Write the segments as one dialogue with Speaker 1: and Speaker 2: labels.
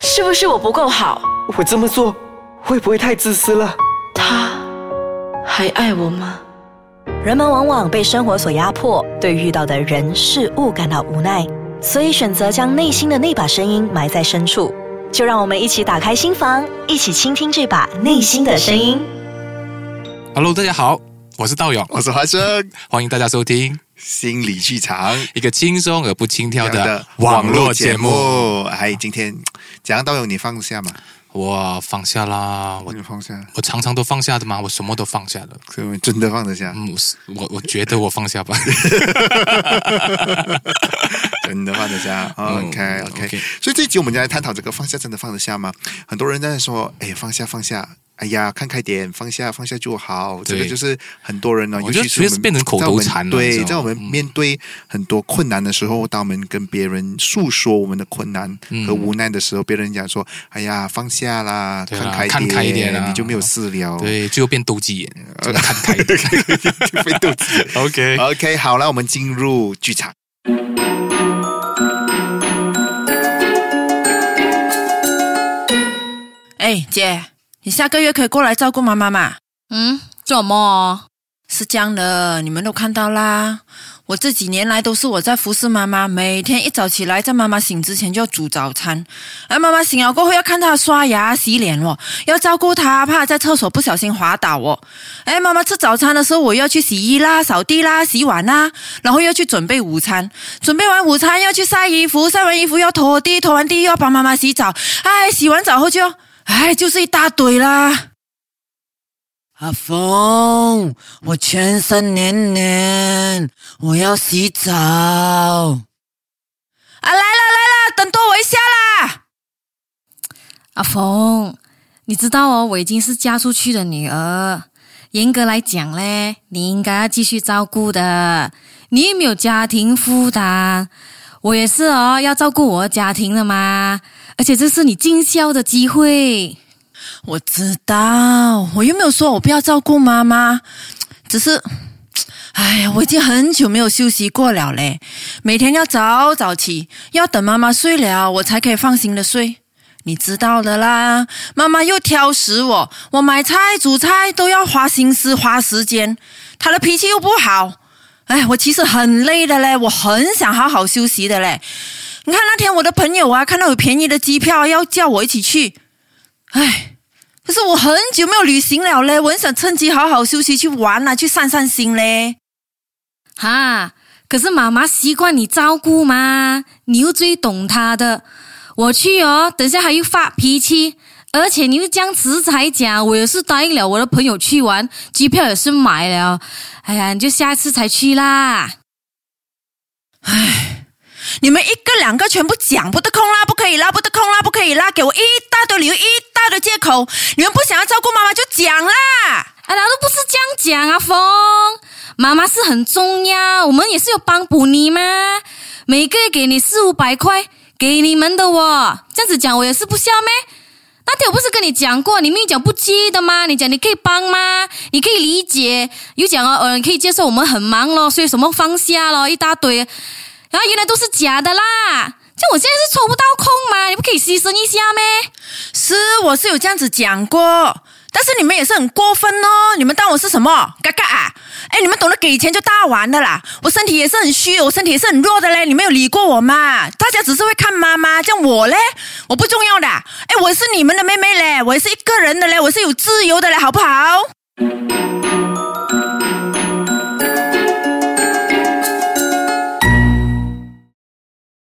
Speaker 1: 是不是我不够好？
Speaker 2: 我这么做会不会太自私了？
Speaker 1: 他还爱我吗？
Speaker 3: 人们往往被生活所压迫，对遇到的人事物感到无奈，所以选择将内心的那把声音埋在深处。就让我们一起打开心房，一起倾听这把内心的声音。
Speaker 4: Hello，大家好，我是道勇，
Speaker 5: 我是华生，
Speaker 4: 欢迎大家收听
Speaker 5: 心理剧场
Speaker 4: 一个轻松而不轻佻
Speaker 5: 这样
Speaker 4: 的网络节目。。
Speaker 5: 哎，今天讲到有你放下嘛？
Speaker 4: 我放下啦，我
Speaker 5: 你放下，
Speaker 4: 我常常都放下的嘛，我什么都放下了。
Speaker 5: 所以我真的放得下，
Speaker 4: 嗯，我是我我觉得我放下 吧。
Speaker 5: 真的放得下。
Speaker 4: 嗯
Speaker 5: OK OK，
Speaker 4: OK
Speaker 5: 所以这一集我们就来探讨这个放下真的放得下吗？很多人在说，哎，放下放下。哎呀，看开点，放下放下就好。这
Speaker 4: 对
Speaker 5: 个就是很多人呢，
Speaker 4: 我
Speaker 5: 尤
Speaker 4: 觉得
Speaker 5: 其是
Speaker 4: 其
Speaker 5: 我
Speaker 4: 实
Speaker 5: 们
Speaker 4: 变成口头禅了
Speaker 5: 在我们
Speaker 4: 你知道
Speaker 5: 对，
Speaker 4: 吗
Speaker 5: 在我们
Speaker 4: 嗯
Speaker 5: 面对很多困难的时候，当我们跟别人诉说我们的困难
Speaker 4: 嗯
Speaker 5: 和无奈的时候，别人讲说：“哎呀，放下啦，
Speaker 4: 对啊
Speaker 5: 看开
Speaker 4: 看开一点啊
Speaker 5: 你就没有事了。”
Speaker 4: 对，最后变斗鸡眼，这个看开一点。
Speaker 5: 被肚子。
Speaker 4: 哦 OK，
Speaker 5: OK，好了，我们进入剧场。
Speaker 6: 哎，姐，你下个月可以过来照顾妈妈嘛？
Speaker 7: 嗯，怎么？啊
Speaker 6: 是这样的，你们都看到啦。我这几年来都是我在服侍妈妈，每天一早起来，在妈妈醒之前就要煮早餐。哎，妈妈醒了过后要看她刷牙、洗脸哦，要照顾她，怕她在厕所不小心滑倒哦。哎，妈妈吃早餐的时候，我要去洗衣啦、扫地啦、洗碗啦，然后要去准备午餐，准备完午餐要去晒衣服，晒完衣服要拖地，拖完地又要帮妈妈洗澡。哎，洗完澡后就要，哎，就是一大堆啦。阿峰，我全身黏黏，我要洗澡。啊，来啦来啦，等多我一下啦！
Speaker 7: 阿峰，你知道哦，我已经是嫁出去的女儿，严格来讲嘞，你应该要继续照顾的。你又没有家庭负担，我也是哦，要照顾我的家庭的嘛。而且这是你尽孝的机会。
Speaker 6: 我知道，我又没有说我不要照顾妈妈，只是，哎呀，我已经很久没有休息过了嘞。每天要早早起，要等妈妈睡了，我才可以放心的睡。你知道的啦，妈妈又挑食我，我买菜煮菜都要花心思花时间，她的脾气又不好。哎，我其实很累的嘞，我很想好好休息的嘞。你看那天我的朋友啊，看到有便宜的机票要叫我一起去，哎，可是我很久没有旅行了嘞，我很想趁机好好休息，去玩啊，去散散心嘞。
Speaker 7: 哈，可是妈妈习惯你照顾嘛，你又最懂她的。我去哦，等下还又发脾气，而且你又这样子才讲，我也是答应了我的朋友去玩，机票也是买了。哎呀，你就下次才去啦。
Speaker 6: 你们一个两个全部讲不得空啦，不可以啦，不得空啦，不可以啦，给我一大堆理由，一大堆借口。你们不想要照顾妈妈就讲啦。
Speaker 7: 啊，哪都不是这样讲啊，风妈妈是很重要，我们也是有帮补你嘛。每个月给你四五百块，给你们的哦。这样子讲我也是不孝咩？那天我不是跟你讲过，你明讲不记得吗？你讲你可以帮吗？你可以理解，又讲哦，呃，你可以接受我们很忙咯，所以什么放下咯，一大堆。然后原来都是假的啦，就我现在是抽不到空嘛，你不可以牺牲一下咩？
Speaker 6: 是，我是有这样子讲过，但是你们也是很过分哦！你们当我是什么嘎嘎啊？哎，你们懂得给钱就大玩的啦！我身体也是很虚，我身体也是很弱的嘞，你们有理过我吗？大家只是会看妈妈，像我嘞，我不重要的。哎，我是你们的妹妹嘞，我也是一个人的嘞，我是有自由的嘞，好不好？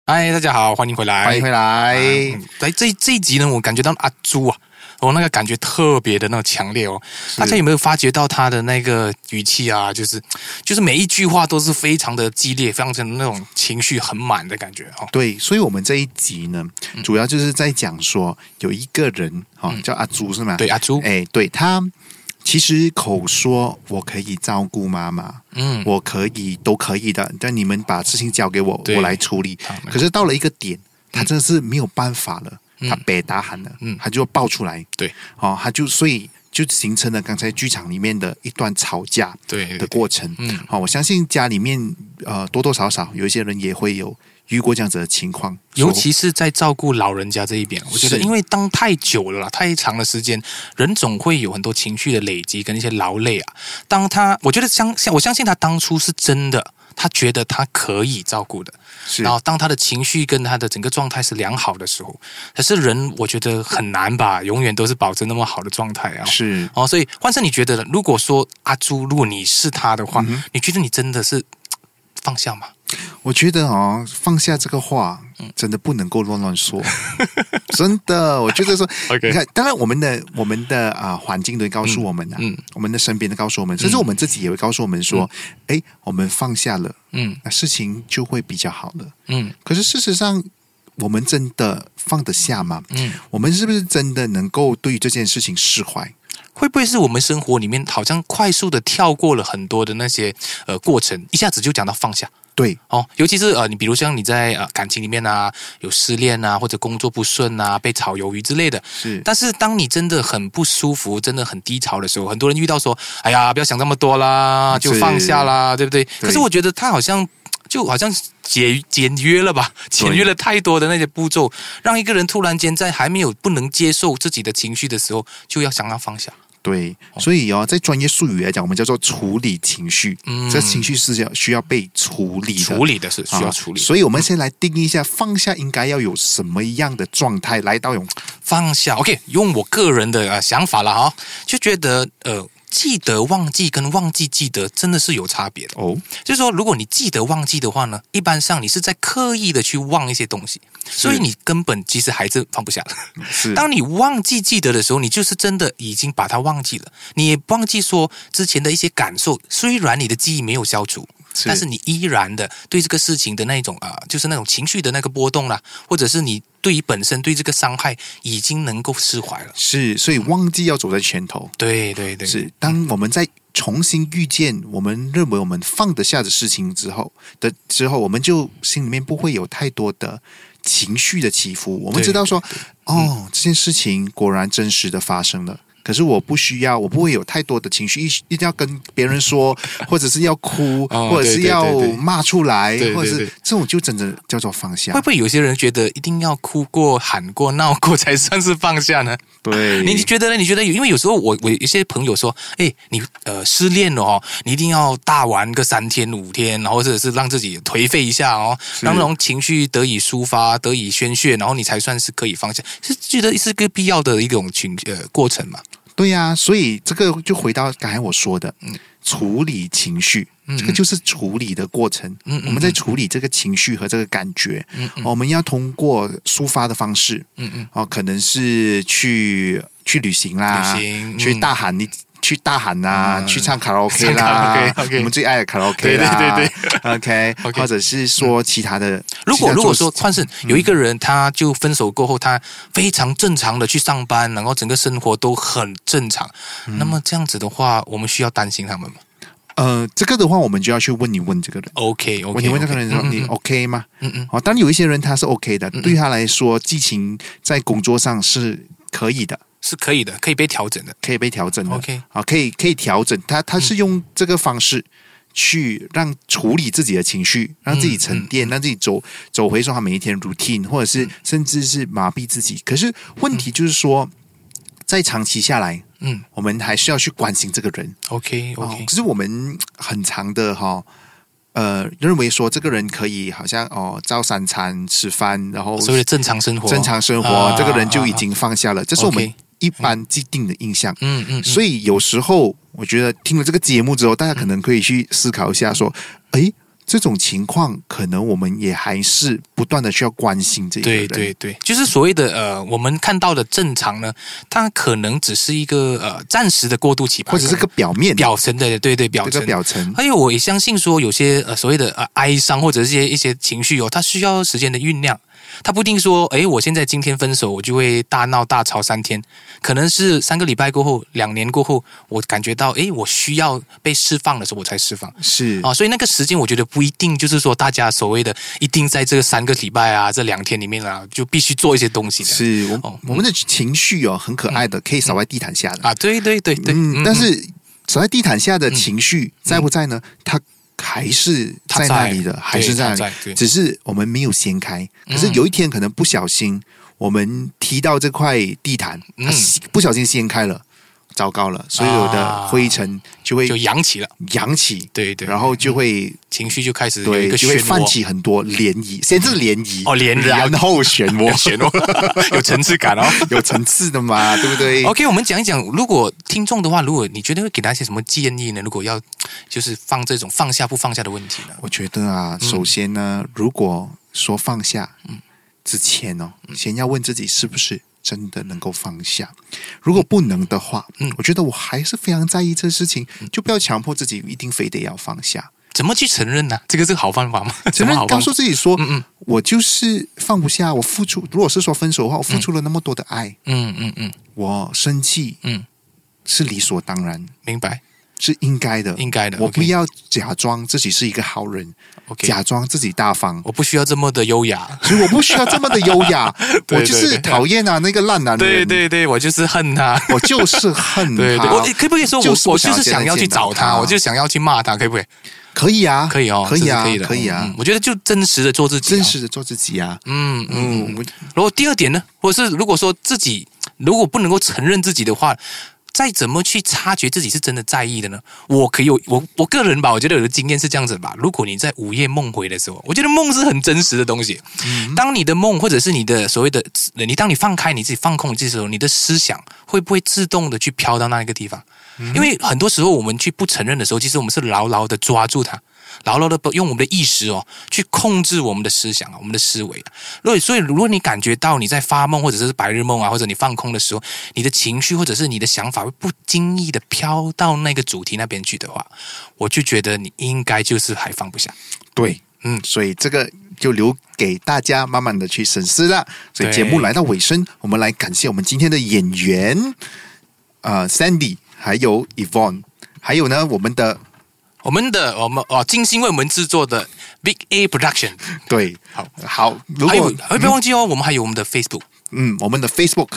Speaker 4: 嗨，大家好，欢迎回来，
Speaker 5: 欢迎回来。
Speaker 4: 嗯来这这一集呢，我感觉到阿朱啊，我、那个感觉特别的那个强烈哦。大家有没有发觉到他的那个语气啊？就是就是每一句话都是非常的激烈，非常的那种情绪很满的感觉哦。
Speaker 5: 对，所以我们这一集呢，
Speaker 4: 嗯
Speaker 5: 主要就是在讲说有一个人哈、哦叫阿朱是吗？
Speaker 4: 对，，阿朱，
Speaker 5: 哎，对他其实口说我可以照顾妈妈，
Speaker 4: 嗯，
Speaker 5: 我可以都可以的，但你们把事情交给我，
Speaker 4: 对
Speaker 5: 我来处理
Speaker 4: 好没。错
Speaker 5: 可是到了一个点，他真的是没有办法了，
Speaker 4: 嗯
Speaker 5: 他北打喊了，
Speaker 4: 嗯
Speaker 5: 他就爆出来，
Speaker 4: 对，
Speaker 5: 哦，他就所以就形成了刚才剧场里面的一段吵架
Speaker 4: 对
Speaker 5: 的过程。
Speaker 4: 嗯
Speaker 5: 好、我相信家里面呃多多少少有一些人也会有遇过这样子的情况，
Speaker 4: 尤其是在照顾老人家这一边，我觉得，
Speaker 5: 是
Speaker 4: 因为当太久了啦，太长的时间，人总会有很多情绪的累积跟一些劳累啊。当他，我觉得相相，我相信他当初是真的，他觉得他可以照顾的。
Speaker 5: 是
Speaker 4: 然后当他的情绪跟他的整个状态是良好的时候，可是人我觉得很难吧，永远都是保持那么好的状态啊。
Speaker 5: 是
Speaker 4: 哦，所以换成你觉得呢，如果说阿朱，如果你是他的话，你觉得你真的是嘖放下吗？
Speaker 5: 我觉得哦，放下这个话，
Speaker 4: 嗯
Speaker 5: 真的不能够乱 乱说，真的。我觉得说
Speaker 4: OK
Speaker 5: 你看，当然我们的我们的啊、环境都会告诉我们啊，
Speaker 4: 嗯嗯嗯
Speaker 5: 我们的身边都告诉我们，甚至我们自己也会告诉我们说，哎、我们放下了，
Speaker 4: 嗯
Speaker 5: 那事情就会比较好了。
Speaker 4: 嗯
Speaker 5: 可是事实上，我们真的放得下吗？
Speaker 4: 嗯，
Speaker 5: 我们是不是真的能够对于这件事情释怀？
Speaker 4: 会不会是我们生活里面好像快速的跳过了很多的那些呃过程，一下子就讲到放下？
Speaker 5: 对，
Speaker 4: 哦，尤其是呃，你比如像你在呃感情里面啊，有失恋啊，或者工作不顺啊，被炒鱿鱼之类的。
Speaker 5: 是
Speaker 4: 但是当你真的很不舒服，真的很低潮的时候，很多人遇到说：“哎呀，不要想那么多啦，
Speaker 5: 是
Speaker 4: 就放下啦，对不对？”嗯可是我觉得他好像就好像简简约了吧，简约了太多的那些步骤，让一个人突然间在还没有不能接受自己的情绪的时候，就要想要放下。
Speaker 5: 对，所以哦，在专业术语来讲，我们叫做处理情绪。
Speaker 4: 嗯
Speaker 5: 这情绪是要需要被处理的，
Speaker 4: 处理的是需要处理
Speaker 5: 啊。所以我们先来定义一下放下应该要有什么样的状态来到有
Speaker 4: 放下。OK，用我个人的、呃、想法了哈，就觉得呃，记得忘记跟忘记记得真的是有差别的。
Speaker 5: 哦，
Speaker 4: 就是说，如果你记得忘记的话呢，一般上你是在刻意的去忘一些东西，所以你根本其实还是放不下。
Speaker 5: 是
Speaker 4: 当你忘记记得的时候，你就是真的已经把它忘记了，你也忘记说之前的一些感受。虽然你的记忆没有消除，
Speaker 5: 是
Speaker 4: 但是你依然的对这个事情的那种啊、呃就是那种情绪的那个波动啦，或者是你对于本身对这个伤害已经能够释怀了。
Speaker 5: 是，所以忘记要走在前头。
Speaker 4: 对对对，
Speaker 5: 是，当我们在重新遇见我们认为我们放得下的事情之后的之后，我们就心里面不会有太多的情绪的起伏。我们
Speaker 4: 对
Speaker 5: 知道说，哦，这件事情果然真实的发生了。可是我不需要，我不会有太多的情绪，一一定要跟别 人说，或者是要哭，
Speaker 4: 哦
Speaker 5: 或者是
Speaker 4: 对对对
Speaker 5: 要
Speaker 4: 对
Speaker 5: 骂出来，
Speaker 4: 对对
Speaker 5: 或者是
Speaker 4: 对
Speaker 5: 这种就真的叫做放下
Speaker 4: 会。不会有些人觉得一定要哭过、喊过、闹过才算是放下呢？
Speaker 5: 对，
Speaker 4: 你觉得呢？你觉得有？因为有时候我我有一些朋友说，哎，你呃失恋了哦，你一定要大玩个三天五天，然后或者是让自己颓废一下哦，让那种情绪得以抒发、得以宣泄，然后你才算是可以放下，是觉得是个必要的一种情呃过程嘛？
Speaker 5: 对呀、所以这个就回到刚才我说的，嗯处理情绪，这个就是处理的过程。
Speaker 4: 嗯嗯
Speaker 5: 我们在处理这个情绪和这个感觉，哦我们要通过抒发的方式，
Speaker 4: 嗯嗯，
Speaker 5: 哦，可能是去去旅行啦，
Speaker 4: 旅行
Speaker 5: 去
Speaker 4: 嗯
Speaker 5: 大喊你。去大喊啦，
Speaker 4: 嗯
Speaker 5: 去唱卡拉 OK
Speaker 4: 唱卡拉
Speaker 5: 啦
Speaker 4: OK，OK
Speaker 5: 我们最爱的卡拉 OK 啦，
Speaker 4: 对
Speaker 5: 对对，OK，
Speaker 4: OK
Speaker 5: 或者是说其他的。
Speaker 4: 如
Speaker 5: 其他
Speaker 4: 果
Speaker 5: 做嗯
Speaker 4: 如果说换是有一个人，他就分手过后，他非常正常的去上班，然后整个生活都很正常，
Speaker 5: 嗯
Speaker 4: 那么这样子的话，我们需要担心他们吗
Speaker 5: 呃，这个的话，我们就要去问一问这个人。
Speaker 4: ？OK OK，嗯
Speaker 5: 我你问那个人说你 OK 吗？嗯嗯。哦，当然有一些人他是 OK 的，对他来说，激情在工作上是可以的，
Speaker 4: 是可以的，可以被调整的。
Speaker 5: 可以被调整的。
Speaker 4: OK 嗯
Speaker 5: 啊，可以可以调整，他他是用这个方式去让处理自己的情绪，让自己
Speaker 4: 嗯
Speaker 5: 沉淀，让自己走走回说他每一天 routine，或者是甚至是麻痹自己。可是问题就是说，在长期下来，
Speaker 4: 嗯
Speaker 5: 我们还是要去关心这个人。
Speaker 4: ，OK
Speaker 5: 哦
Speaker 4: OK，，
Speaker 5: 可是我们很长的哈、呃，认为说这个人可以好像哦，照三餐吃饭，然后
Speaker 4: 所谓的正常生活，
Speaker 5: 哦正常生活，
Speaker 4: 啊
Speaker 5: 这个人就已经放下了，这是我们
Speaker 4: OK
Speaker 5: 一般既定的印象。
Speaker 4: 啊嗯嗯，
Speaker 5: 所以有时候我觉得听了这个节目之后，大家可能可以去思考一下，说，
Speaker 4: 嗯
Speaker 5: 诶，这种情况可能我们也还是不断的需要关心这个
Speaker 4: 对
Speaker 5: 人。
Speaker 4: 对对，就是所谓的呃，我们看到的正常呢，它可能只是一个呃暂时的过渡期吧，
Speaker 5: 或者是个表面
Speaker 4: 表层的，对对表
Speaker 5: 这个
Speaker 4: 层。
Speaker 5: 表层，
Speaker 4: 还有，我也相信说，有些呃所谓的呃哀伤或者是一些一些情绪哦，它需要时间的酝酿。它不一定说，诶，我现在今天分手，我就会大闹大吵三天，可能是三个礼拜过后，两年过后，我感觉到，诶，我需要被释放的时候，我才释放。
Speaker 5: 是
Speaker 4: 啊，所以那个时间我觉得不一定就是说大家所谓的一定在这个三个礼拜啊、这两天里面啊，就必须做一些东西的。
Speaker 5: 是我、
Speaker 4: 哦嗯
Speaker 5: 我们的情绪哦，很可爱的，可以扫在地毯下的。嗯
Speaker 4: 啊，对对对对，
Speaker 5: 嗯，但是守在地毯下的情绪在不在呢？它还是
Speaker 4: 他
Speaker 5: 在
Speaker 4: 嗯在
Speaker 5: 那里的，还是
Speaker 4: 对
Speaker 5: 在
Speaker 4: 他
Speaker 5: 那里
Speaker 4: 在嗯对，
Speaker 5: 只是我们没有掀开。可是有一天可能不小心，我们踢到这块地毯，它
Speaker 4: 嗯
Speaker 5: 不小心掀开了，糟糕了，所有的
Speaker 4: 啊
Speaker 5: 灰尘就会
Speaker 4: 就扬起了，
Speaker 5: 扬起，
Speaker 4: 对对
Speaker 5: 然后就会
Speaker 4: 情绪就开始有一
Speaker 5: 对，
Speaker 4: 个
Speaker 5: 就
Speaker 4: 漩
Speaker 5: 会
Speaker 4: 涡
Speaker 5: 泛，起很多涟漪，先是涟漪
Speaker 4: 哦涟漪
Speaker 5: 然后漩
Speaker 4: 有
Speaker 5: 涡，
Speaker 4: 漩涡，有层次感哦。
Speaker 5: 有层次的嘛，对不对
Speaker 4: OK，我们讲一讲，如果听众的话，如果你觉得会给他一些什么建议呢？如果要就是放这种放下不放下的问题呢？
Speaker 5: 我觉得啊，
Speaker 4: 嗯
Speaker 5: 首先呢，如果说放下，之前哦，
Speaker 4: 嗯
Speaker 5: 先要问自己是不是真的能够放下。如果不能的话，
Speaker 4: 嗯
Speaker 5: 我觉得我还是非常在意这事情，就不要强迫自己一定非得要放下。
Speaker 4: 怎么去承认呢、这个是好方法吗？
Speaker 5: 承
Speaker 4: 什么
Speaker 5: 认
Speaker 4: 好
Speaker 5: 告
Speaker 4: 方
Speaker 5: 诉
Speaker 4: 法？
Speaker 5: 自己说，
Speaker 4: 嗯嗯
Speaker 5: 我就是放不下，我付出。如果是说分手的话，我付出了那么多的爱，
Speaker 4: 嗯嗯嗯
Speaker 5: 我生气
Speaker 4: 嗯，
Speaker 5: 是理所当然，
Speaker 4: 明白。
Speaker 5: 是应该的，
Speaker 4: 应该的
Speaker 5: 我不
Speaker 4: OK
Speaker 5: 要假装自己是一个好人
Speaker 4: OK，
Speaker 5: 假装自己大方。
Speaker 4: 我不需要这么的优雅。
Speaker 5: 所以我不需要这么的优雅，
Speaker 4: 对对
Speaker 5: 我就是讨厌啊那个烂男
Speaker 4: 对
Speaker 5: 人，
Speaker 4: 对对，我就是恨他。
Speaker 5: 我就是恨他。
Speaker 4: 对对，我诶可不可以说我
Speaker 5: 嗯就是不
Speaker 4: 我就是
Speaker 5: 想
Speaker 4: 想要去找
Speaker 5: 见到
Speaker 4: 他，
Speaker 5: 他
Speaker 4: 我就想要去骂他，可以不可以？
Speaker 5: 可以啊，
Speaker 4: 可以哦，
Speaker 5: 可以啊，
Speaker 4: 这是可以的，
Speaker 5: 啊，
Speaker 4: 嗯我觉得就真实的做自己、
Speaker 5: 真。实的做自己啊。
Speaker 4: 嗯嗯。
Speaker 5: 嗯，我
Speaker 4: 然后第二点呢，或者是如果说自己如果不能够承认自己的话，再怎么去察觉自己是真的在意的呢？我可以有我我个人吧，我觉得我的经验是这样子吧。如果你在午夜梦回的时候，我觉得梦是很真实的东西。当你的梦或者是你的所谓的你，当你放开你自己放空你自己的时候，你的思想会不会自动的去飘到那一个地方？因为很多时候我们去不承认的时候，其实我们是牢牢的抓住它。牢牢的用我们的意识哦，去控制我们的思想啊，我们的思维啊。所以，所以如果你感觉到你在发梦或者是白日梦啊，或者你放空的时候，你的情绪或者是你的想法会不经意的飘到那个主题那边去的话，我就觉得你应该就是还放不下。
Speaker 5: 对，
Speaker 4: 嗯
Speaker 5: 所以这个就留给大家慢慢的去审视了。所以
Speaker 4: 对
Speaker 5: 节目来到尾声，我们来感谢我们今天的演员，呃，Sandy，还有 Yvonne，还有呢我们的
Speaker 4: 我们的我们哦，精心为我们制作的 Big A Production，
Speaker 5: 对，
Speaker 4: 好
Speaker 5: 好，如
Speaker 4: 还有
Speaker 5: 果
Speaker 4: 哎，别忘记哦，我们还有我们的 Facebook。
Speaker 5: 嗯，我们的 Facebook。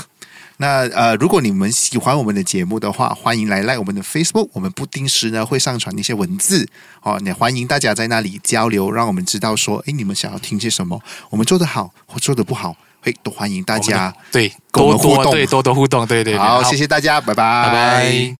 Speaker 5: 那呃，如果你们喜欢我们的节目的话，欢迎来来我们的 Facebook，我们不定时呢会上传一些文字哦，也欢迎大家在那里交流，让我们知道说，哎，你们想要听些什么，我们做得好或做得不好，嘿，都欢迎大
Speaker 4: 我们的
Speaker 5: 家。
Speaker 4: 哦对
Speaker 5: 跟
Speaker 4: 多
Speaker 5: 我们互
Speaker 4: 多
Speaker 5: 动
Speaker 4: 对多多互动，对对对
Speaker 5: 好，谢谢大家，拜拜，
Speaker 4: 拜拜。